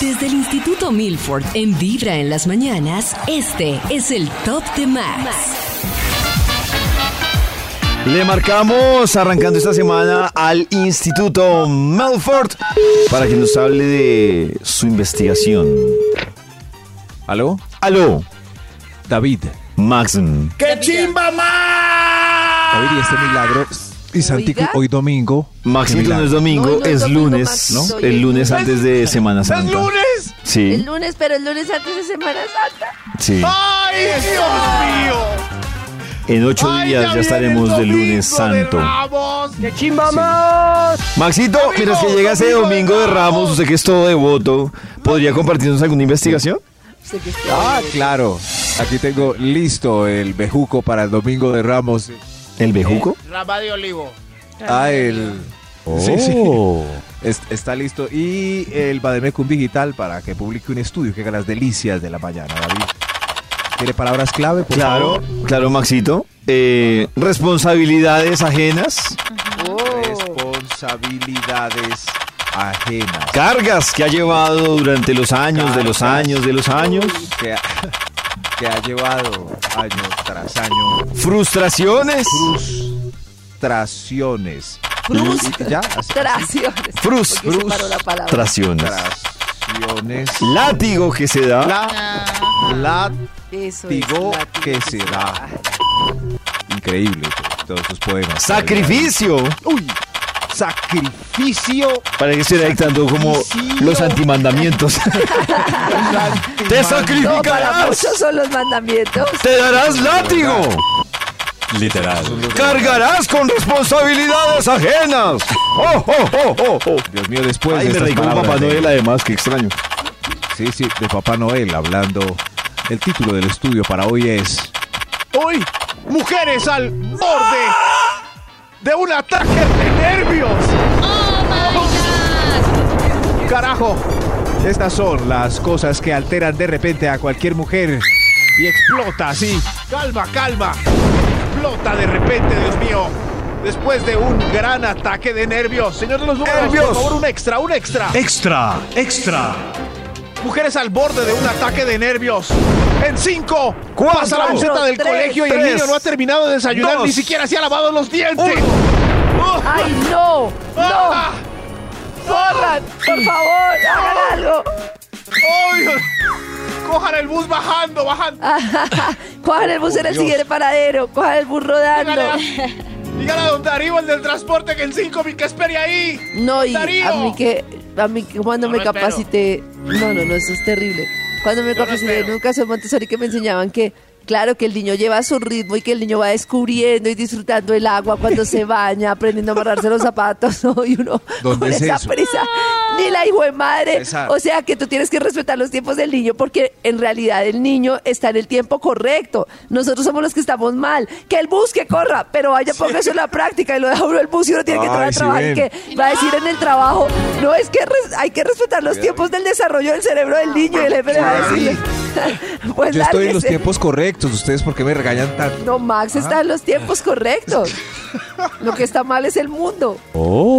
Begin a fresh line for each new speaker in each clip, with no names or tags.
Desde el Instituto Milford en Vibra en las mañanas, este es el Top de Max.
Le marcamos arrancando esta semana al Instituto Melford para que nos hable de su investigación.
¿Aló?
Aló,
David.
Max.
¡Qué chimba, Max!
David, y este milagro. Y Santico,
Oiga.
hoy domingo.
Max
Qué
no
milagro.
es domingo,
No, no es
es
domingo,
lunes,
Max,
¿no?
hoy
El
es
lunes
lunes.
antes de Semana
¡Es
Santa.
lunes!
El
Sí,
lunes, pero el lunes antes de Semana Santa.
sí.
¡Ay, Dios mío!
En ocho
Ay,
días ya
viene
estaremos
el
de
domingo
lunes
de
santo.
Ramos.
Maxito,
Amigo,
mientras que llega ese
domingo
domingo
de
de Ramos, usted que es todo devoto, ¿podría compartirnos alguna investigación?
Ah, claro. Aquí tengo listo el bejuco para el domingo de Ramos.
¿El bejuco?
Rama de olivo.
Ah, el. Sí, sí.
Oh.
Es- está listo. Y el Bademecum Digital para que publique un estudio que haga las delicias de la mañana, David. ¿Tiene palabras clave? por
Claro,
favor?
claro, Maxito. Eh, responsabilidades ajenas,
Responsabilidades ajenas.
cargas que ha llevado durante los años, de los
Cargas.
años, de los años,
Que ha, que ha llevado año tras año
frustraciones,
frustraciones.
Frus-
Ya, así-
Traciones.
Frus-
Porque se paró la palabra.
frustraciones,
frustraciones.
látigo que se da,
La, la
Eso es,
digo
látigo
que se da. Increíble pues, todos sus poemas.
sacrificio,
Uy, sacrificio.
para que estuviera dictando como los antimandamientos. Te
No, para
sacrificarás,
muchos son los mandamientos.
te darás látigo,
Literal.
cargarás con responsabilidades ajenas. ¡Oh, oh, oh, oh, oh!
Dios mío, después
Ay,
de
me
Pues estas
reí como
palabras
Papá
de-
Noel, además, qué extraño.
Sí, sí, de Papá Noel hablando. El título del estudio para hoy es
Hoy, mujeres al borde de un ataque de nervios.
Carajo. Estas son las cosas que alteran de repente a cualquier mujer y explota así.
Calma, calma. Explota de repente, Dios mío. Después de un gran ataque de nervios. Señor de los números,
Nervios.
por favor, un extra, un extra.
Extra, extra.
Mujeres al borde de un ataque de nervios. En cinco,
Cuatro,
pasa la buceta del
tres,
colegio y el
tres,
niño no ha terminado de desayunar,
dos,
ni siquiera se ha lavado los dientes. ¡Ah!
¡Ay, no! ¡No!
¡Ah!
¡Corran! ¡Por favor! ¡Hagan algo!
¡Oh, Dios! Cojan el bus bajando, bajando.
Ah, Cojan el bus en el siguiente paradero. Cojan el bus rodando.
Dígale a, dígale a don Darío, el del transporte, que en cinco mil que espere ahí.
No, y
Darío.
a mí que, a mí que cuando
No
me
lo espero.
capacité, no, no, no, eso es terrible. Cuando me
Yo lo
capacité en
espero.
un caso de Montessori que me enseñaban que, claro, que el niño lleva su ritmo y que el niño va descubriendo y disfrutando el agua cuando se baña, aprendiendo a amarrarse los zapatos, ¿no? Y uno
¿Dónde
con
es
esa
eso?
prisa, ni la hijo de madre.
Esa-
O sea, que tú tienes que respetar los tiempos del niño porque en realidad el niño está en el tiempo correcto. Nosotros somos los que estamos mal. Que el bus que corra, pero vaya, póngase en la práctica y lo deja uno el bus y uno tiene que entrar
Ay,
a
sí
trabajar y
ven.
que va a decir en el trabajo, no es que res- hay que respetar los tiempos del desarrollo del cerebro del niño y el jefe le va a decirle, pues
Yo estoy en los
lárguese.
tiempos correctos. ¿Ustedes por qué me regañan tanto?
No, Max está en los tiempos correctos. Lo que está mal es el mundo.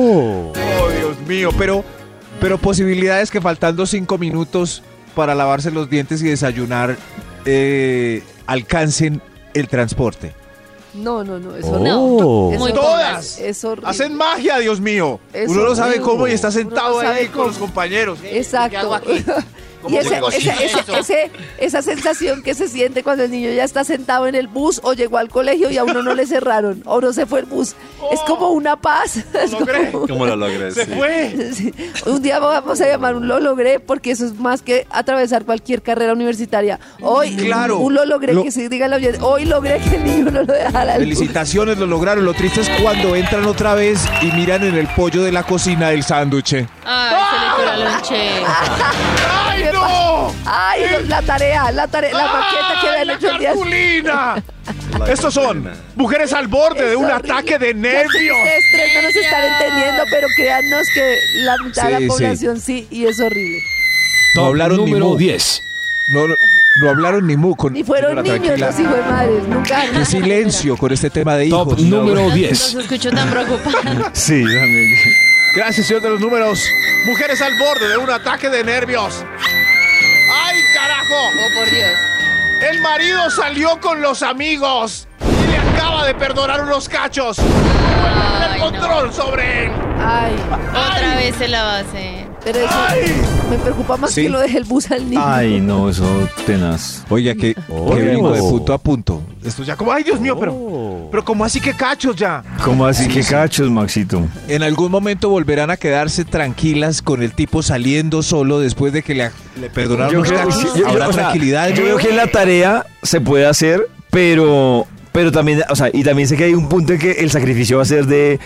Oh, Dios mío, pero, pero posibilidades que faltando cinco minutos para lavarse los dientes y desayunar eh, alcancen el transporte.
No, no, no, eso
No,
no. Eso
muy
no,
Todas.
Es horrible.
Hacen magia, Dios mío.
Es
Uno no sabe
horrible.
cómo y está
Uno no
sentado
sabe
ahí con los
cómo.
compañeros.
¿Qué hago
Exacto.
aquí?
Y
¿Cómo
ese-
se cocina
esa, esa-
esto?
ese- esa sensación que se siente cuando el niño ya está sentado en el bus o llegó al colegio y a uno no le cerraron o no se fue el bus. Es como una paz. Es como
Oh. logré.
una-
¿Cómo lo logré?
Se fue.
Sí. Un día vamos a llamar un lo logré porque eso es más que atravesar cualquier carrera universitaria. Hoy
Claro.
un lo logré
Lo-
que se diga la oyente, hoy logré que el niño no lo dejara al bus.
Felicitaciones, lo lograron. Lo triste es cuando entran otra vez y miran en el pollo de la cocina el sándwich.
Ay, se le fue la lonchera.
¡Ay,
¿Qué
no!
Ay, lo- la tarea, la tarea, la maqueta que
¡Ah,
habían
la
hecho el día.
cartulina! Estos son mujeres al borde de
Es
Eh, un
horrible.
ataque de
Qué
nervios.
triste, Ustedes no nos están entendiendo, pero créannos que la mitad de
Sí,
la
sí.
población sí, y es horrible.
No hablaron ni
número
mu.
10.
No, no- no hablaron ni mu con
Y fueron
señora
niños
Tranquila.
los hijos de madres, nunca.
Qué silencio con este tema de hijos.
Top número 10.
Los escucho tan preocupada.
Sí, dame.
Gracias, señor de los números. Mujeres al borde de un ataque de nervios. ¡Ay, carajo!
Oh, por Dios.
El marido salió con los amigos y le acaba de perdonar unos cachos. Vuelve a
Ay,
tener
no.
control sobre él.
Ay,
Otra vez se la va a hacer.
pero eso me preocupa más
Sí.
que lo deje el bus al niño.
Ay, no, eso tenaz.
Oiga, que,
Oh.
que vengo de punto a punto.
Esto ya como, ay, Dios mío, pero,
Oh.
pero como así que cachos ya.
¿Cómo así que cachos, Maxito?
En algún momento volverán a quedarse tranquilas con el tipo saliendo solo después de que le, le perdonaron los
sí,
cachos.
yo-
Habrá
o sea,
tranquilidad.
yo creo que la tarea se puede hacer, pero pero también, o sea, y también sé que hay un punto en que el sacrificio va a ser de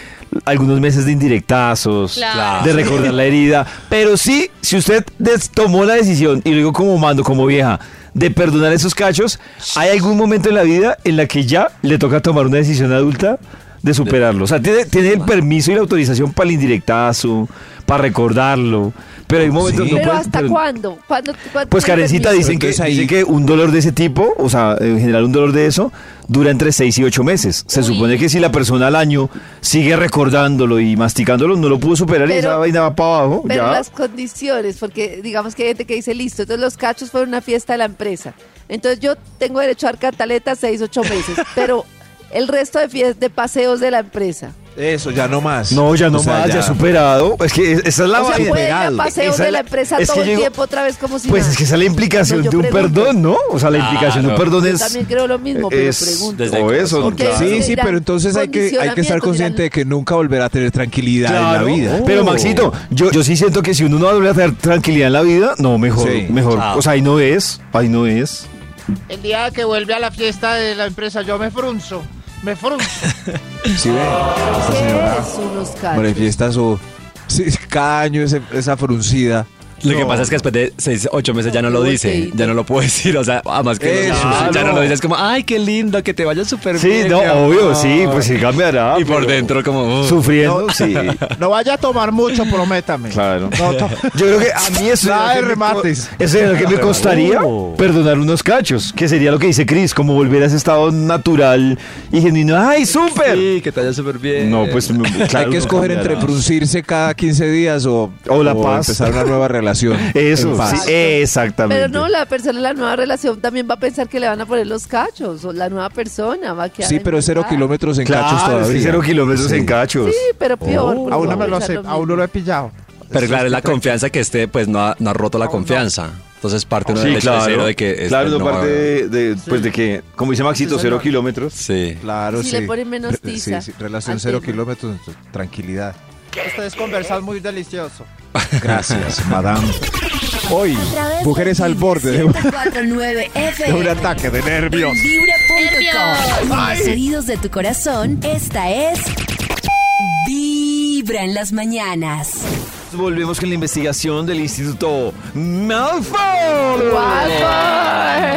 algunos meses de indirectazos,
Claro.
de recordar la herida, pero sí, si usted des- tomó la decisión y luego como mando como vieja de perdonar esos cachos, hay algún momento en la vida en la que ya le toca tomar una decisión adulta de superarlo. O sea, tiene, tiene el permiso y la autorización para el indirectazo, para recordarlo, pero hay momentos
Sí.
no
pero
puede-
¿hasta
pero-
cuándo? ¿Cuándo? cuándo
pues
tiene
Karencita
permiso?
dicen que,
Entonces ahí-
dicen que un dolor de ese tipo, o sea, en general un dolor de eso, dura entre 6 y 8 meses. Se
Uy.
supone que si la persona al año sigue recordándolo y masticándolo, no lo pudo superar y
Pero-
esa vaina va para abajo.
Pero
ya.
las condiciones, porque digamos que hay gente que dice, listo, entonces los cachos fueron una fiesta de la empresa. Entonces yo tengo derecho a dar cantaleta seis, ocho meses, pero el resto de fiestas, de paseos de la empresa.
Eso, ya no más.
No, ya no
O sea,
más, ya. superado. Es que es- esa es la
o sea,
vaina.
puede ir a
liberado.
paseos
Esa
de
es
la
la-
empresa
es que
todo el
yo digo-
tiempo otra vez como si
Pues
nada.
es que esa es la implicación
No, yo
de un
pregunto.
perdón, ¿no? O sea, la implicación de un
Claro.
perdón
Yo
es...
también creo lo mismo, pero pregunto.
Desde
o
el
eso,
corazón,
claro.
Sí,
Claro.
sí, pero entonces hay que, hay que estar
Condicionamiento, dirán.
consciente de que nunca volverá a tener tranquilidad en la
Claro. Oh.
vida.
Pero Maxito, yo, yo sí siento que si uno no va a volver a tener tranquilidad en la vida, no, mejor,
Sí.
mejor.
Chao.
O sea, ahí no es, ahí no es.
El día que vuelve a la fiesta de la empresa, yo me frunzo. Me frunzo.
¿Sí ve? Esta señora
¿Qué es unos cachos?
manifiesta su... sí, cada año ese- esa fruncida.
Lo que pasa es que después de 6, 8 meses ya no lo
Ok.
dice. Ya no lo puedo decir. O sea, además que
Eso,
ya no
claro.
lo dice. Es como, ay, qué lindo, que te vaya súper bien.
Sí, no,
mi
obvio,
amor".
sí, pues sí cambiará.
Y por
pero
dentro, como. "Uh".
Sufriendo, sí,
No vaya a tomar mucho, prométame.
claro.
No, to-
Yo creo que a mí eso
Nada de
es lo que me
remates.
co- Eso es lo que
Oh.
me costaría perdonar unos cachos, que sería lo que dice Cris, como volver a ese estado natural y genuino. ¡Ay, súper!
Sí, que te vaya súper bien.
No, pues me- claro,
hay que
no
escoger
cambiará.
entre fruncirse cada 15 días o,
O la paz.
empezar una nueva relación.
Eso,
En paz.
sí, exactamente.
Pero no, la persona en la nueva relación también va a pensar que le van a poner los cachos, o la nueva persona va a quedar.
Sí, pero cero
endeudada.
kilómetros en
Claro,
cachos
sí,
todavía.
cero kilómetros
Sí.
en cachos.
Sí, pero peor. porque
aún no
va
me lo
pensar
sé, aún no
mismo.
lo he pillado.
Pero claro, es la confianza que esté, pues no ha, no ha roto la confianza. Entonces parte uno del hecho de cero de que. este
claro, no
no va a-
parte de, de- pues de que, como dice Maxito, cero kilómetros.
Sí.
Claro,
Si
sí.
le ponen menos
Re-
tiza
Sí, sí, relación
al
cero
tema.
kilómetros, entonces, tranquilidad.
Ustedes conversan muy delicioso.
Gracias, madame. Hoy, mujeres al borde de un,
1049
de
FM.
un
Ah,
ataque de nervios.
Vibra.com. En los oídos de tu corazón, esta es. Vibra en las mañanas.
Volvemos con la investigación del Instituto Malfoy.
¡Guau!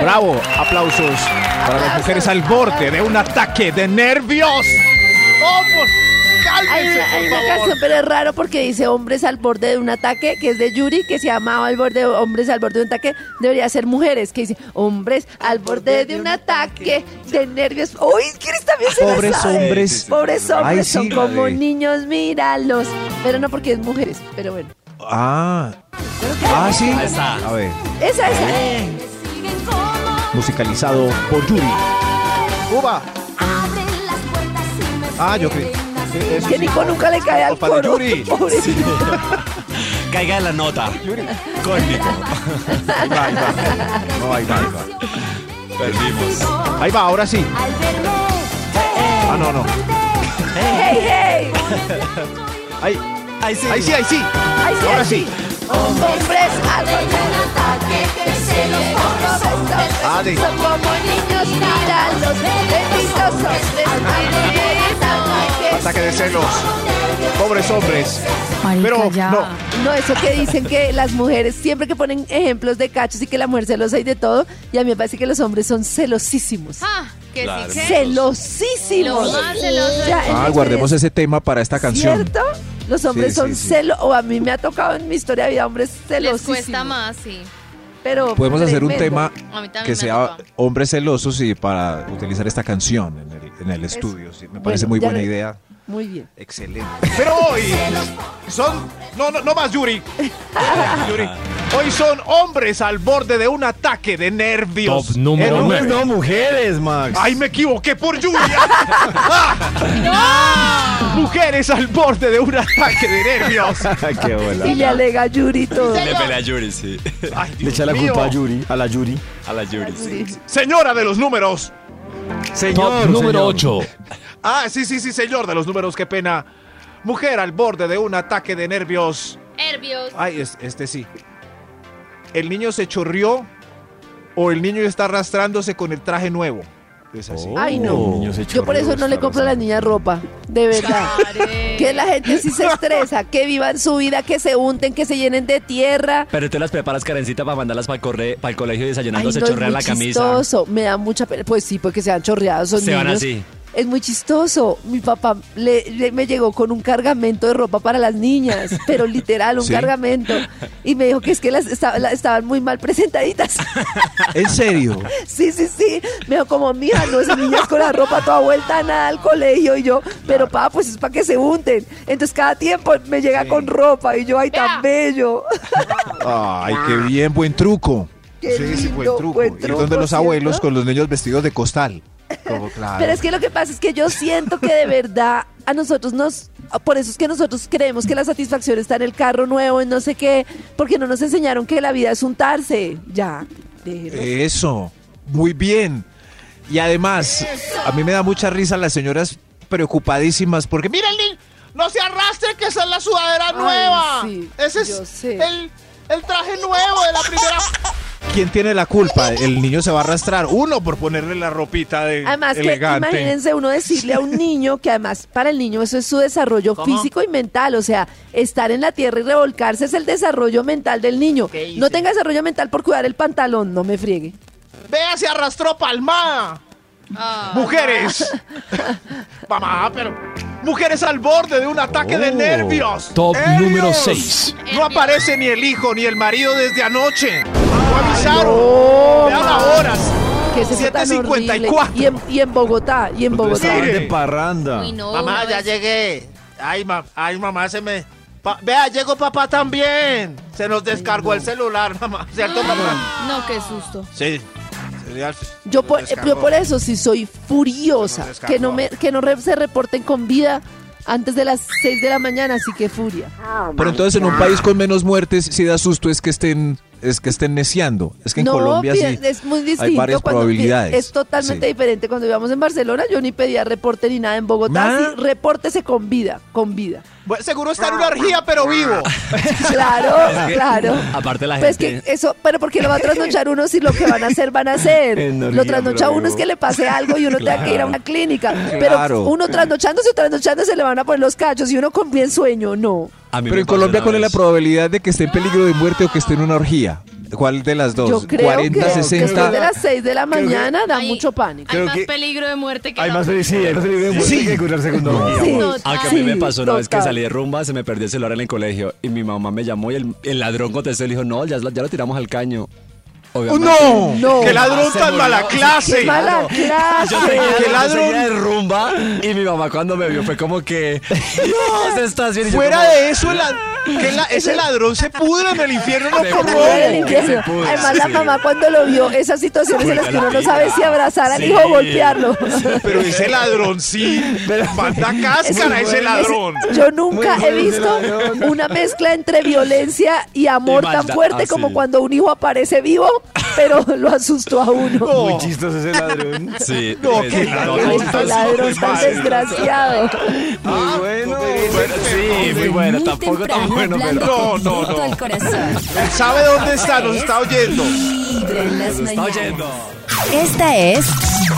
Bravo, aplausos para las mujeres al borde de un ataque de nervios. ¡Oh, por...
Hay
cálmense,
una, hay una
por favor!
canción, pero es raro porque dice Hombres al borde de un ataque, que es de Yuri, que se llamaba al borde, Hombres al borde de un ataque. Debería ser mujeres, que dice Hombres al borde de un ataque, de nervios. ¡Uy! ¿Quieres también se la
Pobres
sabe.
hombres. Sí, sí, sí.
Pobres hombres
Ay, sí,
son
la
como
de-
niños, míralos. Pero no porque es mujeres, pero bueno.
Ah, ah, sí. A ver,
Esa es.
Eh.
musicalizado por Yuri.
Uva,
Ah, yo creí.
Que Nico nunca le cae al
Opa de
coro.
Yuri.
Pobrecito.
Caiga en la nota. Cósmico.
No, ahí va, ahí va.
Perdimos.
Ahí va, ahora sí.
Ah, no, no.
¡Hey, hey!
Ahí,
Ahí sí.
ahí sí, ahí sí.
Ay, sí,
Ahora
ay,
sí.
Hombres al borde de un ataque, que se los pongo
Ah, de-
besos. Son como niños, míralos. Benditos hombres al borde de un ataque,
Ataque de celos. Pobres hombres.
Marica,
Pero
ya.
no.
No, eso que dicen que las mujeres, siempre que ponen ejemplos de cachos y que la mujer celosa y de todo, y a mí me parece que los hombres son celosísimos.
Ah, que
Claro.
sí que.
Celosísimos.
Los más celosos.
Ya, en mi
Ah, guardemos
experiencia,
ese tema para esta canción.
¿Cierto? Los hombres
Sí,
son
sí, sí.
celo, o a mí me ha tocado en mi historia de vida hombres celosísimos.
Les cuesta más, sí.
Pero
Podemos hacer un
tremendo.
tema
A mí también me
que sea
tocó.
hombres celosos y para utilizar esta canción en el, en el estudio. sí, me parece
Bueno,
muy
ya
buena
lo-
idea.
Muy bien.
Excelente.
Pero hoy son. No, no, no más, Yuri. Yuri. Hoy son hombres al borde de un ataque de nervios.
Top número
En un-
nueve.
No, mujeres, Max.
¡Ay, me equivoqué por Julia! Mujeres al borde de un ataque de nervios.
Qué bola.
Y le alega Yuri y todo.
Le pelea a Yuri, sí.
Ay,
Le
Dios
echa la
mío.
culpa a Yuri, a la Yuri.
A la Yuri, sí.
Señora de los números.
Top número 8.
Ah, sí, sí, sí, señor de los números, qué pena. Mujer al borde de un ataque de nervios.
Nervios.
Ah.
Ay, es- este sí. El niño se chorrió o el niño está arrastrándose con el traje nuevo. Es así.
Oh,
Oh,
Ay, no.
Niños hechos
Yo por eso no le
rudos,
compro a las niñas ropa. De verdad.
Karen.
Que la gente sí se estresa, que vivan su vida, que se unten, que se llenen de tierra.
Pero tú las preparas, Karencita, para mandarlas para el, corre- para el colegio
Ay,
y desayunando
no,
se
es
chorrean
muy
la camisa.
chistoso. Me da mucha pena. Pues sí, porque se han chorreado son
Se van
niños.
así.
Es muy chistoso. Mi papá le- le- me llegó con un cargamento de ropa para las niñas, pero literal, un
¿Sí?
cargamento. Y me dijo que es que las esta- la- estaban muy mal presentaditas.
En serio.
Sí, sí, sí. Me dijo, como, mija, no esas niñas con la ropa toda vuelta, nada al colegio. Y yo, pero papá, pues es para que se unten. Entonces cada tiempo me llega con ropa y yo, ay, tan
Vea.
bello.
Ay, qué bien, buen truco.
Qué lindo, buen
Y
truco,
donde los abuelos
¿cierto?
con los niños vestidos de costal. Como, claro.
Pero es que lo que pasa es que yo siento que de verdad a nosotros nos... Por eso es que nosotros creemos que la satisfacción está en el carro nuevo, en no sé qué, porque no nos enseñaron que la vida es untarse. Ya, déjenos.
Eso, muy bien. Y además, a mí me da mucha risa las señoras preocupadísimas porque mira el niño,
No se arrastre, que esa es la sudadera
Ay,
nueva.
sí,
Ese
yo
es
sé.
el, el traje nuevo de la primera.
¿quién tiene la culpa? El niño se va a arrastrar. Uno por ponerle la ropita de
Además,
elegante.
que imagínense uno decirle a un niño que además para el niño eso es su desarrollo físico y mental, o sea, estar en la tierra y revolcarse es el desarrollo mental del niño.
¿Qué hice?
No tenga desarrollo mental por cuidar el pantalón, no me friegue.
Vea, se arrastró palmada.
Ah.
Mujeres. Mamá, pero. Mujeres al borde de un ataque de
Oh.
nervios.
Top
¡Nervios!
número 6.
No aparece ni el hijo ni el marido desde anoche. No
Oh,
avisaron.
No,
Vean las horas.
que es eso tan
7:54.
horrible? Y en, y en Bogotá, y en
Entonces,
Bogotá.
estaban
Mire.
de parranda.
Uy, no,
mamá,
uno
ya
es-
llegué. Ay, ma- ay, mamá, se me. pa- Vea, llegó papá también. Se nos descargó el celular, mamá. ¿Cierto, mamá?
No, qué susto.
Sí. Sería el-
Yo por,
descargó.
yo por eso sí soy furiosa,
Nos
que no, me,
descargó.
que no re- se reporten con vida antes de las 6 de la mañana, así que furia.
Pero entonces en un país con menos muertes, si da susto es que estén, es que estén neciando. Es que en
no,
Colombia sí.
pi- es muy distinto.
varias
cuando-
probabilidades.
Es totalmente
Sí.
diferente. Cuando íbamos en Barcelona, yo ni pedía reporte ni nada. En Bogotá,
¿Nada?
sí, repórtese con vida, con vida.
Bueno, seguro está en una orgía, pero vivo.
Claro, claro.
Aparte la
Pues que
gente...
eso, pero porque lo va a trasnochar uno si lo que van a hacer van a hacer.
En orgía,
lo trasnocha
pero
uno es que le pase algo y uno tenga que ir a una clínica.
Claro.
Pero uno trasnochándose, trasnochándose le van a poner los cachos y uno con bien sueño, no.
a mí
Pero
me
en
pasó
Colombia,
una
¿cuál es la
vez.
probabilidad de que esté en peligro de muerte o que esté en una orgía? ¿Cuál de las dos?
Yo creo
40,
que
60.
después de las 6 de la mañana da
Hay-
mucho pánico.
Hay
Creo
más
que-
peligro de muerte que
Hay
la
más
otra.
felicidad, hay más felicidad de muerte que curarse con dolor.
Sí,
Ah,
Aunque a mí
sí,
me pasó una vez que
total.
salí de rumba, se me perdió el celular en el colegio y mi mamá me llamó y el, el ladrón contestó y le dijo, no, ya, ya lo tiramos al caño. Obviamente.
¡No!
No.
¡Qué ladrón
Se
tan
murió.
mala clase!
Oh. ¡Qué mala
Yo
clase!
seguía,
¡Qué
yo
ladrón!
seguía de rumba y mi mamá cuando me vio fue como que, Dios, estás bien. Y yo
Fuera
como,
de eso, el la- que la- ese ladrón se pudre en el infierno, no
Se
por
pudre.
robo.
Era el infierno.
Se pudo,
Además, la
sí.
mamá cuando lo vio, esas situaciones en las que uno no sabe si abrazar al hijo o golpearlo.
Pero ese ladrón sí. Manda cáscara ese ladrón.
Yo nunca he
bueno ese
visto
ladrón.
una mezcla entre violencia y amor
Y
tan
maldad,
fuerte
ah,
como
sí.
cuando un hijo aparece vivo, pero lo asustó a uno.
Muy chistoso ese ladrón.
Sí,
No,
es-
qué
no,
ladrón.
no,
Este ladrón tan
Madre.
desgraciado.
Muy bueno.
bueno, sí, muy bueno,
Muy
tampoco tan
temprano,
bueno, pero...
hablando
No,
con
no,
directo
no.
al corazón.
Él sabe dónde está, nos está oyendo.
Vibra en las
Está
mañanas.
oyendo.
Esta es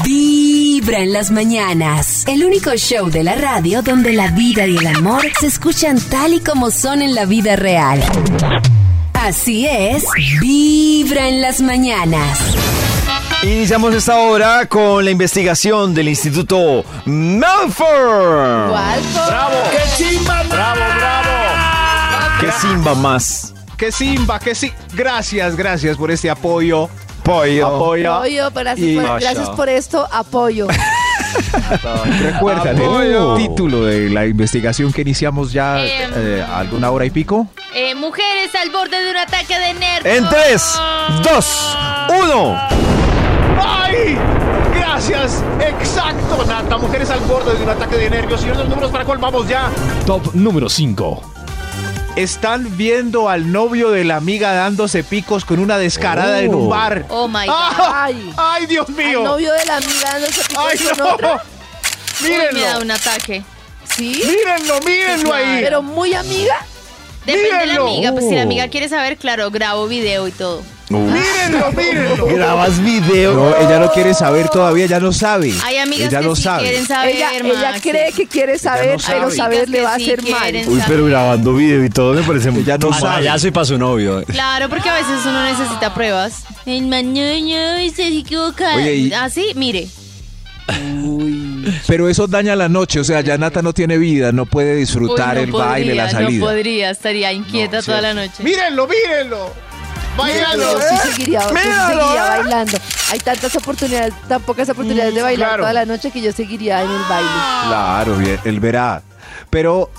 Vibra.
Vibra en las mañanas. El único show de la radio donde la vida y el amor se escuchan tal y como son en la vida real. Así es, Vibra en las mañanas.
Iniciamos esta hora con la investigación del Instituto Melford.
¡Bravo, bravo!
¡Qué simba más!
Que Simba, que sí. Gracias, gracias por este apoyo.
Pollo.
Apoyo.
Apoyo, gracias,
Y-
por, gracias por esto, apoyo.
Recuerdan
Apoyo.
el Uh. título de la investigación que iniciamos ya
Em.
eh, alguna hora y pico.
Eh, mujeres al borde de un ataque de nervios.
En 3, 2, 1.
¡Ay! Gracias, exacto, Nata. Mujeres al borde de un ataque de nervios. Señor de los números, ¿para cuál vamos ya?
Top número 5.
Están viendo al novio de la amiga dándose picos con una descarada en un bar.
Oh my God.
¡Ah!
Ay.
¡Ay, Dios
El
mío!
novio de la amiga no se picó
¡Ay,
con
no!
otra.
Uy, me da
¡Mírenlo!
un ataque.
Sí,
¡Mírenlo, mírenlo ahí!
pero muy amiga.
Depende de la
Mírenlo.
amiga. Pues si la
Oh.
amiga quiere saber, claro, grabo video y todo.
¡Mírenlo, mírenlo!
Grabas video.
No, ella no quiere saber todavía, ya no sabe.
Hay amigas
ella
que
no
sí
sabe.
quieren saber,
Ella, ella
Maxi.
cree que quiere saber,
Hay
pero
amigas
saber le
que
va a
sí
hacer mal.
quieren
Uy, pero
saber.
grabando video y todo me parece muy.
Ella no
Un
sabe.
payaso y para su novio.
Claro, porque a veces uno necesita pruebas. El mañana se equivoca.
Oye, y-
Así, Ah, mire.
Pero eso daña la noche, o sea, ya Nata no tiene vida, no puede disfrutar
Uy,
el
no
baile, la
podría, No
salida.
podría, estaría inquieta toda la noche.
¡Mírenlo, mírenlo! ¿Eh?
Yo
¡Bailando!
sí seguiría, yo sí seguiría bailando. Hay tantas oportunidades, tan pocas oportunidades
Mm,
de bailar
claro.
toda la noche que yo seguiría en el baile.
Ah.
Claro, bien, él verá. Pero,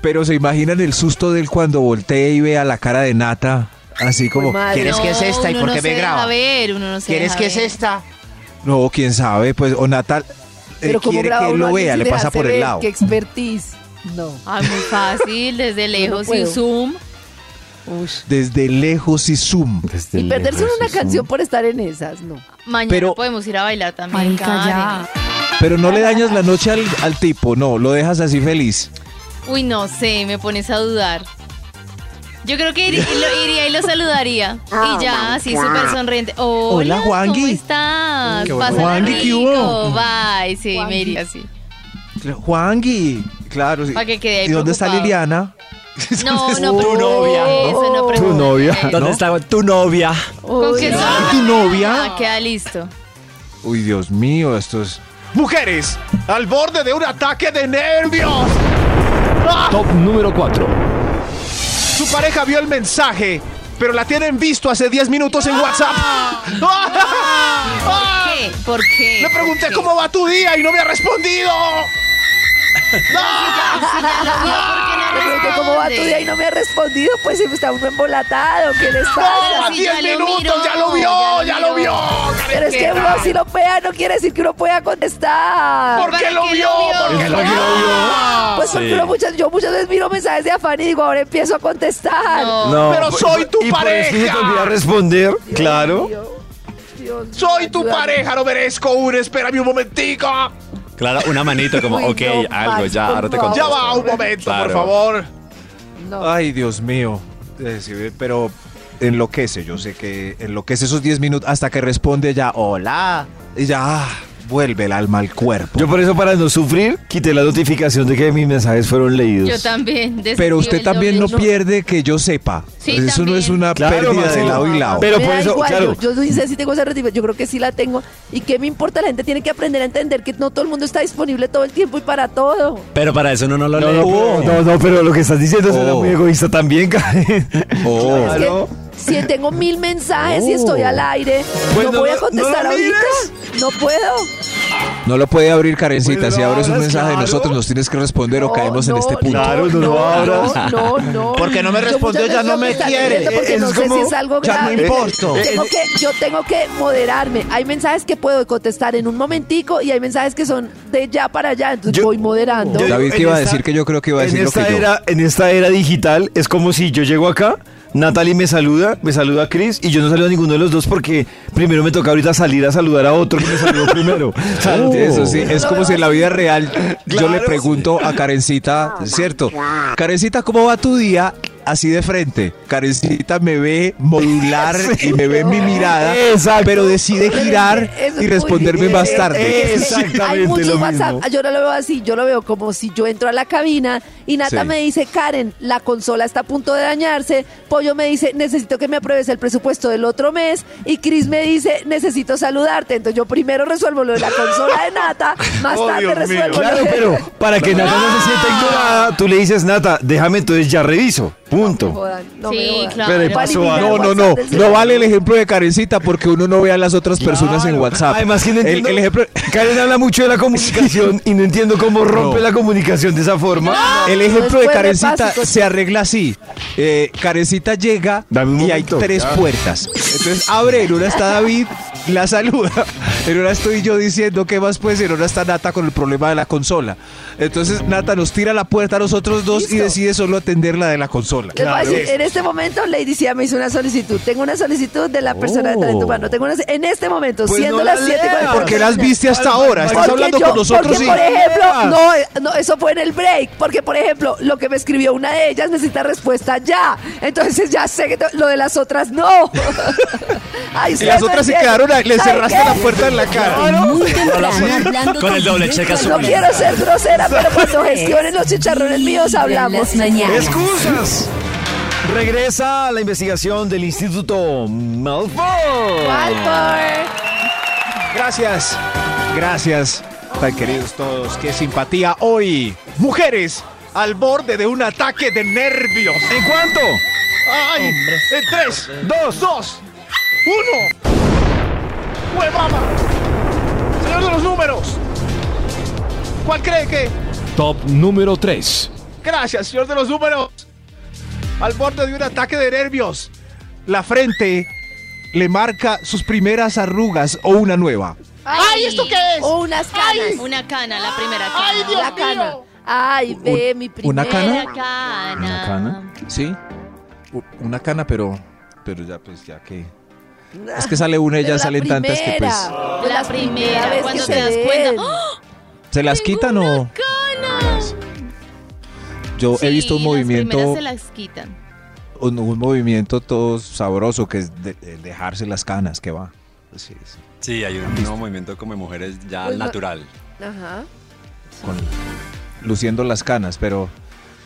pero se imaginan el susto de él cuando voltea y vea la cara de Nata, así como,
madre.
¿Quieres que es esta y
uno
por
no
qué
se
me
deja
graba?
ver, uno no se
¿Quieres
deja
que es
ver.
esta?
no, quién sabe, pues, o Nata eh,
Pero como
quiere que él lo vea, le pasa por el lado.
Qué expertise. No.
Ay, muy fácil, desde lejos, sin
puedo.
zoom.
Desde lejos y zoom.
Y perderse una canción por estar en esas, no.
Ah,
Mañana
Pero-
podemos ir a bailar también. Karen.
Pero no le dañas la noche al, al tipo, no, lo dejas así feliz.
Uy, no sé, me pones a dudar. Yo creo que ir- lo- iría y lo saludaría. y ya, así súper sonriente. Hola,
Hola, Juangui.
¿Cómo estás?
Qué bueno.
Pásala
Juangui, ¿qué
rico.
hubo?
Bye. Sí, me iría así.
Juangui. Claro, sí.
Pa' que quede ahí
¿Y dónde está
preocupado.
Liliana?
No, no,
Tu
preguntes
novia.
Eso, no preguntes.
novia.
¿Dónde está tu novia?
¿Con qué
¿Y tu novia?
Ah, queda listo.
Uy, Dios mío, esto es.
¡Mujeres! ¡Al borde de un ataque de nervios! ¡Ah!
Top número 4.
Su pareja vio el mensaje, pero la tienen visto hace 10 minutos en WhatsApp. ¡Ah!
Ah.
¿Por qué? ¿Por qué?
Le pregunté
¿Por qué?
cómo va tu día y no me ha respondido.
¿Por
Le
qué no
pregunté cómo va tu
responde?
día y no me ha respondido, pues está uno embolatado, ¿qué les
¡No!
pasa?
¡A
sí, ya
10
lo
minutos!
miró,
¡Ya lo
ya lo
vio! ¡Ya lo
miró.
vio!
Pero es que uno si lo vea no quiere decir que uno pueda contestar.
¿Por
¿Para
qué lo
qué
vio? Ah, ¿Por
lo vio?
qué lo
¿Para qué lo
vio?
Pues porque
Sí.
uno muchas, yo muchas veces miro mensajes de afán y digo, ahora empiezo a contestar.
No.
Pero
pues,
soy tu
y por eso que se te
pareja.
olvida responder. claro.
Dios, Dios mío,
¡Soy tu
ayúdame.
pareja! ¡No merezco un! ¡Espérame un momentico!
Claro, una manito como,
Uy,
ok,
no,
algo,
Max,
ya,
por
ahora te
favor.
contesto.
¡Ya va un momento, por
Claro.
favor!
No.
Ay, Dios mío. Eh, sí, Pero enloquece, yo sé que enloquece esos 10 minutos hasta que responde ya, hola. Y ya, ah, vuelve el alma al cuerpo.
Yo por eso, para no sufrir, quité la notificación de que mis mensajes fueron leídos.
Yo también.
Pero
desescribo
usted
el
también no
doble.
pierde que yo sepa.
Sí,
eso no es
también.
una
Claro,
pérdida de
Maxito.
lado y lado.
Pero
Me
por
da
eso,
igual,
claro.
Yo, yo no sé si tengo esa retribución, yo creo que sí la tengo. ¿Y qué me importa? La gente tiene que aprender a entender que no todo el mundo está disponible todo el tiempo y para todo.
Pero para eso no, no lo
No, no,
leo.
pero, no, no, pero lo que estás diciendo es
Oh.
muy egoísta también, Karen.
Oh.
Es que si tengo mil mensajes y estoy al aire,
Pues
no,
no
voy a
lo- no
contestar
lo
ahorita. No puedo.
No lo puede abrir, Karencita.
Pues no
si abres un
abras,
mensaje de
claro.
nosotros, nos tienes que responder o
No,
caemos en
no,
este punto.
Claro, no lo abras.
No, no,
Porque no me
Yo
respondió,
muchas
ya
veces
no
lo
me
que están
quiere.
diciendo Porque
Es
no sé
como,
si es algo
ya no
grave.
importo.
Eh,
Tengo que, yo tengo que moderarme. Hay mensajes que puedo contestar en un momentico y hay mensajes que son de ya para allá. Entonces
Yo-
voy moderando.
Yo
David
digo,
que
eh, en
iba a
esta-
decir que yo creo que iba a
en
decir lo que
esta
yo.
era, En esta era digital es como si yo llego acá, Natalie me saluda, me saluda a Chris y yo no saludo a ninguno de los dos porque primero me toca ahorita salir a saludar a otro que me saludó primero. Oh. O sea, no tiene
Eso sí,
sentido.
es como si en la vida real yo le pregunto a Karencita, ¿cierto? Karencita, ¿cómo va tu día? así de frente. Karencita me ve modular y me ve mi mirada,
Exacto.
pero decide
Pero es que
girar
eso es
y
muy
responderme más
diferente.
tarde.
Exactamente
eh, Hay muchos
lo
WhatsApp.
mismo.
Yo no lo veo así, yo lo veo como si yo entro a la cabina y Nata
Sí.
me dice, Karen, la consola está a punto de dañarse. Pollo me dice, necesito que me apruebes el presupuesto del otro mes. Y Chris me dice, necesito saludarte. Entonces yo primero resuelvo lo de la consola de Nata, más
Oh,
tarde
Dios mío.
resuelvo lo
Claro,
de-
pero para que Nata no se sienta ignorada, tú le dices, Nata, déjame entonces ya reviso.
No me
Punto.
jodan, no me
Sí,
jodan.
claro.
Pero
Voy a
pasó
eliminar
algo.
No,
el
no, no.
WhatsApp del
No
celular.
vale el ejemplo de Karencita porque uno no ve a las otras personas en
Claro.
WhatsApp.
Además que no
El-
entiendo.
el ejemplo,
Karen habla mucho de la comunicación y no entiendo cómo rompe
No.
la comunicación de esa forma.
El ejemplo
Después
de
de
Karencita
básicos.
se arregla así. Eh, Karencita llega
Dame un
y hay
momento.
tres puertas. Entonces abre, en una está David, la saluda. En una estoy yo diciendo qué más pues, y en una está Nata con el problema de la consola. Entonces Nata nos tira la puerta a nosotros dos y
Listo.
decide solo atender la de la consola.
Les voy a decir, en este momento Lady Sia me hizo una solicitud. Tengo una solicitud de la persona de talento humano. Tengo una, en este momento,
Pues
siendo
no la
las 7 y
leas.
cuarenta y
¿Por qué
cuatro
las
de la
viste hasta ahora? Estás
Porque
hablando
yo-
con nosotros Ah.
porque,
y...
por ejemplo, no, eh, no, eso fue en el break. Porque, por ejemplo, lo que me escribió una de ellas necesita respuesta ya. Entonces ya sé que to- lo de las otras no. Ay,
Y
ustedes
las
no
otras se
entienden.
quedaron ahí, le
¿Saben
cerraste
qué?
la puerta en la cara.
Muy temprano hablando
Con el doble
directo
cheque
al
No
azul.
corazón.
quiero ser grosera, pero cuando gestionen los chicharrones míos hablamos.
Las mañanas.
¡Excusas! Regresa la investigación del Instituto Malfoy.
Walter.
Gracias, gracias, tan queridos todos. Qué simpatía hoy.
Mujeres al borde de un ataque de nervios.
¿En cuánto?
¡Ay! En tres, dos, dos, uno. ¡Huevama! Señor de los números. ¿Cuál cree que?
Top número 3.
Gracias, señor de los números. Al borde de un ataque de nervios. La frente
le marca sus primeras arrugas o una nueva.
¡Ay, ¿esto qué es?
O unas canas.
Una cana, la primera cana.
¡Ay, Dios
Ah, la cana.
mío!
Ay, ve mi primera.
¿una cana?
La cana.
Una cana.
Sí. Una cana, pero. Pero ya, pues, ya que. Es que sale una y
Pero
ya
la
salen tantas que pues.
primera,
La
las
primera,
primera vez que
cuando te
se
das
ven.
cuenta. ¡Ah!
¿Se las
Tengo
quitan
una
o.?
cana.
Yo he
Sí,
visto un
las primeras
movimiento.
se las quitan.
Un, un movimiento todo sabroso que es de- el dejarse las canas, que va. Sí, sí.
Sí, hay un nuevo movimiento como de mujeres ya
Pues no-
natural.
Ajá.
Con, luciendo las canas, pero.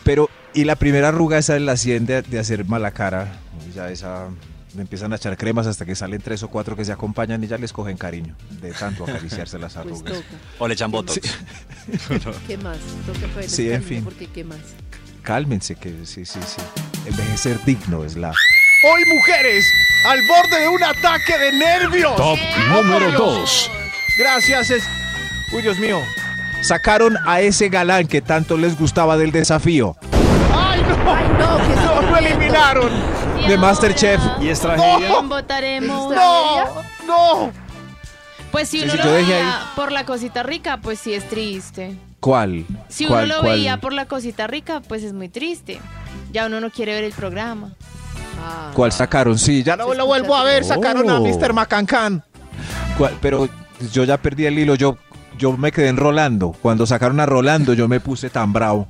Pero. Y la primera arruga esa es la sien de, de hacer mala cara. y Ya esa. Le empiezan a echar cremas hasta que salen tres o cuatro que se acompañan y ya les cogen cariño de tanto acariciarse las
Pues
arrugas.
toca.
O le echan botox.
¿Qué más? Toca ponerles
Sí, en
cariño,
fin.
Porque ¿qué más?
Cálmense, que sí, sí, sí. Envejecer digno es pues la.
Hoy mujeres al borde de un ataque de nervios.
Top número 2.
Gracias. es- Uy, Dios mío.
Sacaron a ese galán que tanto les gustaba del desafío
¡Ay, no!
Ay, no, que
¡No, lo eliminaron!
Y
de
ahora,
Masterchef.
Y es tragedia.
¡Oh!
¿quién votaremos?
¡No! ¡No!
Pues si
Sí,
uno
sí,
lo
yo dejé
veía por la cosita rica, pues sí es triste.
¿Cuál?
Si uno
¿Cuál,
lo
cuál?
veía por la cosita rica, pues es muy triste. Ya uno no quiere ver el programa.
Ah,
¿Cuál sacaron? Sí, ya no
No lo vuelvo a ver, sacaron a
Oh.
Mr. Macancán.
¿Cuál? Pero yo ya perdí el hilo. Yo, yo me quedé en Rolando. Cuando sacaron a Rolando, yo me puse tan bravo.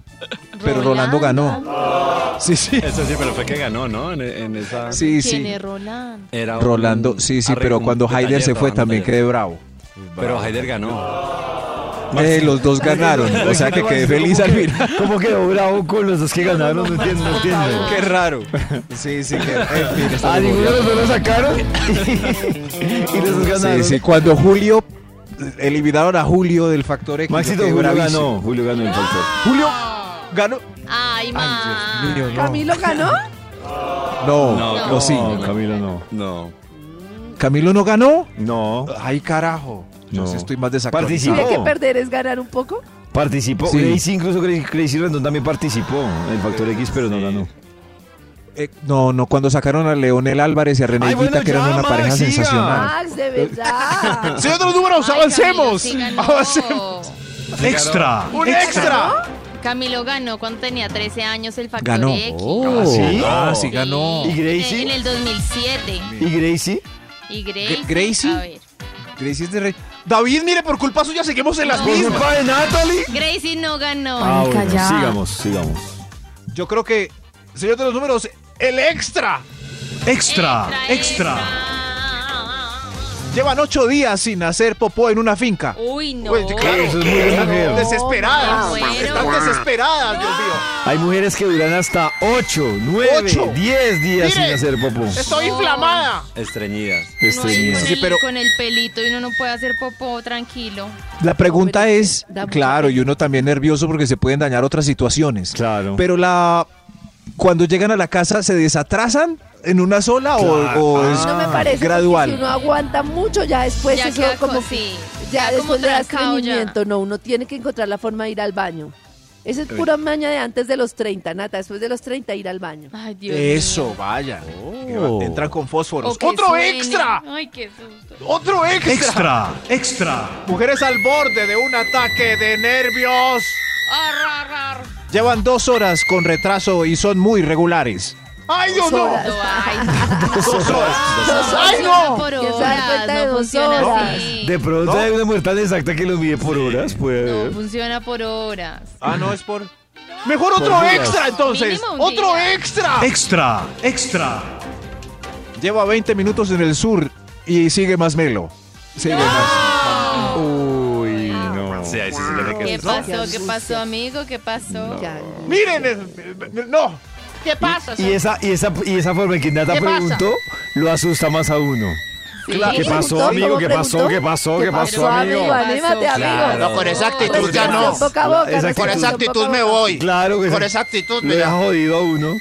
Pero Rolando ganó. Sí, sí.
Eso sí, pero fue que ganó, ¿no? En, en esa.
Sí,
¿Quién
sí.
es Rolando?
Era un-
Rolando, sí, sí,
arre-
pero
un
cuando
detalle,
Haider se fue
Rolando
también
Taller.
quedé bravo.
Pero Haider ganó.
Eh, los dos ganaron, o sea que quedé feliz al final.
¿Cómo quedó bravo con los dos que ganaron? No entiendo, no entiendo.
Qué raro. Sí, sí, que, en fin, esta
A
memoria.
Ah,
ninguno de los dos lo sacaron y los dos
Sí,
ganaron.
sí, cuando Julio eliminaron a Julio del factor X. yo
Maxito,
quedé
Julio
bravísimo.
ganó. Julio ganó el factor.
Julio ganó.
Ay, ma.
Ay, Dios mío, no.
¿Camilo ganó?
No,
No,
no, sí.
No, Camilo no.
No.
Camilo no ganó.
No.
Ay, carajo. Yo
No.
sí estoy más
¿Y
desactualizado.
de
Participó.
qué perder es ganar un poco?
Participó.
Sí.
Gracie, incluso Gracie, Gracie Rendón también participó en el Factor X, pero no ganó.
Eh, no, no, cuando sacaron a Leonel Álvarez y a René
Ay,
Guita,
bueno,
que eran
ya,
una
Max,
pareja
siga.
sensacional.
Max, de verdad.
Señor de los números,
Ay,
avancemos.
Camilo sí ganó.
avancemos.
Extra.
Un extra.
Camilo ganó cuando tenía 13 años el Factor
Ganó.
X. Eh,
¿Ah, sí?
Ah, sí, ganó.
¿Y Gracie?
En el 2007.
¿Y Gracie?
¿Y Gracie?
Gracie?
A ver.
Gracie es de Rey.
David, mire, por culpa suya seguimos en las mismas.
de Natalie?
Gracie no ganó.
Ah, bueno, sigamos, sigamos.
Yo creo que
Señor de los números, el extra.
Extra, extra.
Llevan ocho días sin hacer popó en una finca.
Uy, no.
Uy, claro,
Eso es muy
están
feo.
desesperadas.
No, bueno.
Están desesperadas, Dios mío.
Hay mujeres que duran hasta 8, 9,
Ocho.
10 días sin
Mire.
hacer popó.
Estoy inflamada.
Estreñidas.
No, y con,
Estreñidas.
Sí,
el,
pero-
con el pelito y uno no puede hacer popó tranquilo.
La pregunta
pero
es,
da mucha
claro, y uno también nervioso porque se pueden dañar otras situaciones.
Claro.
Pero la cuando llegan a la casa se desatrasan en una sola o- o, es
no me parece. porque
ah, gradual.
Si uno aguanta mucho, ya después
Ya
eso
queda
como.
co- sí,
ya
queda como
después le da
trancado ya.
estreñimiento. No, uno tiene que encontrar la forma de ir al baño. Esa es pura maña de antes de los 30, Nata. Después de los 30, ir al baño.
Ay, Dios
Eso,
mío.
vaya. Que
Oh.
va- Entran con fósforos.
O que
¡Otro
suene.
extra!
Ay, qué susto.
¡Otro extra!
Extra, extra.
Mujeres al borde de un ataque de nervios.
Arr, arr, arr.
Llevan dos horas con retraso y son muy regulares.
¡Ay, Dios no!
No, ay,
Dos horas. ¡Ay,
funciona
no!
Por
Que se dan
horas,
cuenta de
no
dos
funciona
horas.
así.
De pronto hay una mujer tan exacta que lo mide por horas, puede
No
haber.
funciona por horas.
Ah, no, es por. Mejor otro
días.
extra entonces.
Mínimo un
¡Otro
día.
extra!
Extra, extra.
Lleva 20 minutos en el sur y sigue más melo. Sigue más.
Uy, no.
Sí, ahí sí se tiene
¿Qué
que.
pasó? ¿Qué pasó, amigo? ¿Qué pasó?
Ya.
Miren, eh, no.
¿Qué pasa?
Y esa, y esa, y esa forma en que Nata
¿Qué pasa?
preguntó lo pasó más a uno.
¿Qué
pasó,
preguntó?
amigo?
¿Cómo
¿Qué pasó?
preguntó?
¿Qué pasó? ¿Qué pasó,
amigo?
Anímate, amigo.
Claro. No,
con esa actitud
Respiración
ya no.
boca a boca,
Esa actitud-
Con
respiración
esa
boca
actitud
a
me
boca.
voy.
Claro que
Con
sí.
esa actitud
Lo
me
ha jodido a uno.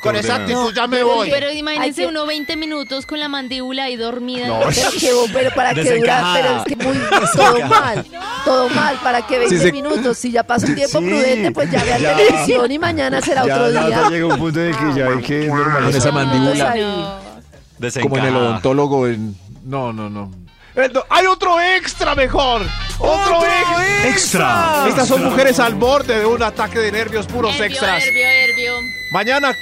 Con esa actitud ya me voy.
Pero
Hay
imagínense
que-
uno 20 minutos con la mandíbula ahí dormida.
Pero, que vos- pero para que dura,
Desencajada.
pero es que muy todo mal, todo mal, para que 20
se-
minutos, si ya pasó un tiempo
Sí,
prudente, pues ya vean
ya.
televisión y mañana será
Ya
otro
Nata
día.
llega a un punto en el que ya hay que normalizar.
esa mandíbula.
No.
Como en el odontólogo en... No, no, no.
Eh, no, ¡Hay otro extra mejor! ¡Otro, extra!
Extra.
Estas son mujeres al borde de un ataque de nervios puros
Nervio,
extras.
nervio, nervio.
Mañana,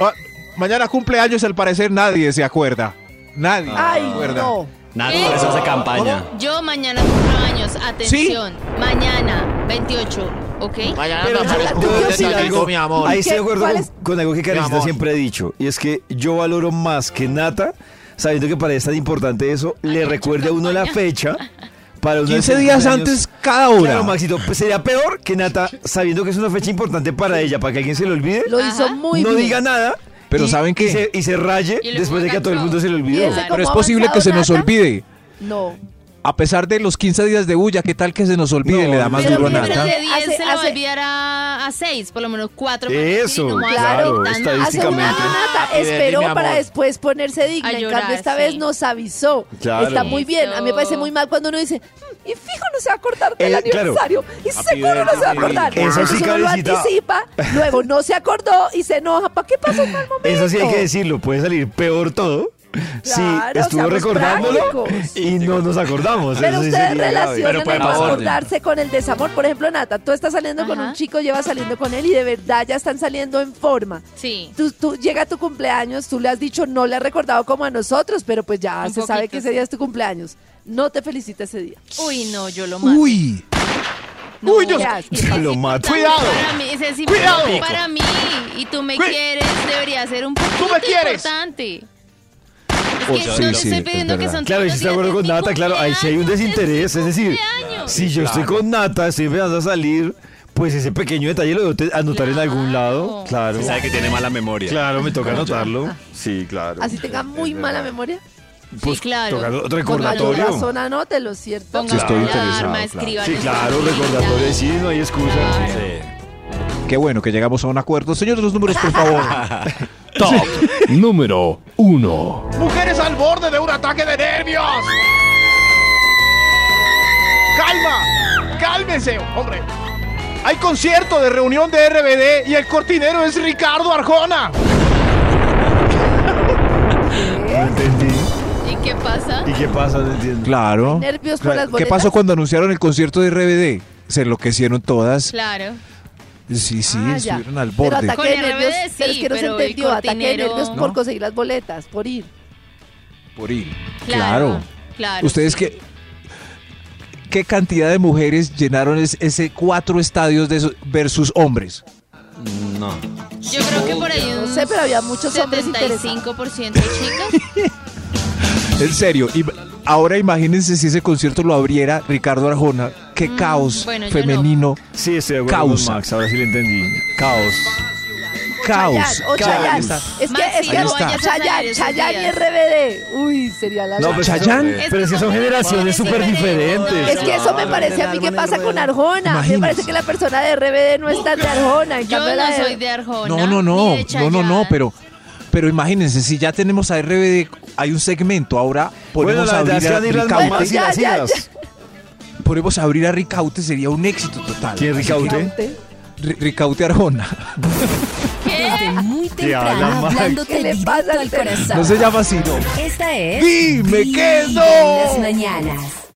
ah, mañana cumpleaños, al parecer nadie se acuerda. Nadie.
Ay,
se acuerda.
no.
Nada, por eso hace campaña.
Yo mañana cumplo años. Atención. Mañana, 28. ¿Ok?
Mañana
Pero
me aparezco
yo
un
quiero decir
detallito,
algo,
mi amor.
ahí estoy de acuerdo
¿Cuál
con,
es?
con algo que Karencita
amor.
siempre ha dicho, y es que yo valoro más que Nata, sabiendo que para ella es tan importante eso, le recuerde a uno la fecha. Para uno
15
de
días
cumpleaños.
antes cada hora.
Claro, Maxito, pues sería peor que Nata, sabiendo que es una fecha importante para ella, para que alguien se le olvide,
Lo hizo
Ajá.
muy
no
bien.
diga nada.
Pero
y-
¿saben qué?
Y se, y se raye
Y le
después de que a todo el mundo se le olvidó.
Piense
Pero
cómo
es
ha
posible que
avanzado
se nos
Nata.
olvide.
No.
A pesar de los 15 días de bulla, ¿qué tal que se nos olvide?
No,
Le da más
pero
duro a
mira,
Nata.
de 10
Hace-
se le va a
hace-
olvidar a 6, por lo menos 4.
Eso,
claro, Hace un
Físicamente.
año Ah, Nata
Happy birthday,
esperó
mi amor.
para después ponerse digna.
A
En
llorar,
cambio, esta
sí.
vez nos avisó.
Claro.
Está muy bien. A mí me parece muy mal cuando uno dice, "Mm, y fijo, no se va a acordar del
Eh, claro.
aniversario. Y seguro no se va a acordar.
Eso sí,
Entonces uno lo
Karencita.
anticipa, luego no se acordó y se enoja. ¿Para qué pasó en mal momento?
Eso sí hay que decirlo, puede salir peor todo. si
Claro,
estuvo
seamos
recordándolo
prácticos.
y no nos acordamos.
Pero
eso sí
ustedes
sería grave.
relacionan
Pero puede
el
pasar.
acordarse con el desamor. Por ejemplo, Nata, tú estás saliendo con
Ajá.
un chico, llevas saliendo con él y de verdad ya están saliendo en forma.
Sí.
Tú, tú- llega tu cumpleaños, tú le has dicho, no le has recordado como a nosotros, pero pues ya
Un
se sabe
poquito,
que ese
sí.
día es tu cumpleaños. No te felicita ese día.
Uy, no, yo lo mato.
Uy,
No,
Uy, Dios.
ya,
Yo
ese es
lo
importante
mato.
Cuidado. Para mí, ese es
Cuidado.
importante para mí. Y tú me
Cui-
quieres, debería ser un poquito
me quieres.
importante.
O
Es que
sea,
yo no
sí,
estoy
es
pidiendo que
verdad.
son
Claro, y si está de acuerdo con Nata, claro, ahí sí hay un desinterés. Es decir, si yo estoy con Nata, estoy empezando a salir, pues ese pequeño detalle lo debo te- anotar en algún lado. Claro.
Sabe que tiene mala memoria.
Claro, me toca anotarlo. Sí, claro.
Así tenga muy mala memoria.
Pues, sí, claro.
tocar otro
Por mayor
Recordatorio.
razón, anótelo, ¿cierto?
Ponga
estoy
alarma,
interesado, claro.
escriba
Sí,
en
claro,
su
recordatorio.
agenda.
Sí, no hay excusa.
qué bueno que llegamos a un acuerdo. Señor de los números, por favor.
Top número uno.
Mujeres al borde de un ataque de nervios. Calma, cálmense, hombre. Hay concierto de reunión de RBD y el cortinero es Ricardo Arjona.
No entendí.
¿Y qué pasa?
¿Y qué pasa? No entiendo.
Claro.
Nervios por
Claro.
las
¿Qué
boletas.
pasó cuando anunciaron el concierto de RBD? Se enloquecieron todas.
Claro.
Sí, sí,
Ah, ya.
estuvieron al
Pero
borde.
ataque de
Con RBD
nervios,
sí,
pero es que no se
pero el
entendió. Ataque de
cortinero-
nervios por
No.
conseguir las boletas, por ir.
Por ir.
Claro. Claro.
Ustedes
sí.
que qué cantidad de mujeres llenaron es- ese cuatro estadios de esos versus hombres.
No.
Yo creo que por ahí un
No sé, pero había muchos hombres
75% de chicas.
En serio, y ahora imagínense si ese concierto lo abriera Ricardo Arjona. Qué caos
Mm, bueno, yo
femenino.
Sí, estoy de acuerdo con
Causa.
Max, ahora sí lo entendí.
Caos. Caos.
Chayanne, o
caos.
Chayanne.
Ahí está.
Es que,
Maxi,
es que
no vayas a
Chayanne,
salir esos
Chayanne y
días.
RBD. Uy, sería la...
No,
verdad.
pero,
pues Chayanne.
pero es que son generaciones súper diferentes.
es que eso me parece a mí que pasa con Arjona. Me parece que la persona de RBD no es tan de Arjona. En cambio,
Yo
la
no soy de Arjona.
No, no, no.
ni de
No, no, no,
Chayanne.
pero. Pero imagínense, si ya tenemos a RBD, hay un segmento, ahora
Bueno,
ponemos
la
a
verdad
abrir
es que
a
van a ir las
Ricaute,
mamás y
ya,
las
ya,
hijas.
ponemos a abrir a Ricaute, sería un éxito total.
¿Quién es Ricaute?
Ri- Ricaute Arjona.
Desde muy
habla
temprano
Max.
hablándote
¿Qué le
directo
pasa al
al corazón.
No se llama así, no.
Esta es
¡Dime
Vibra
qué
en
no!
las mañanas.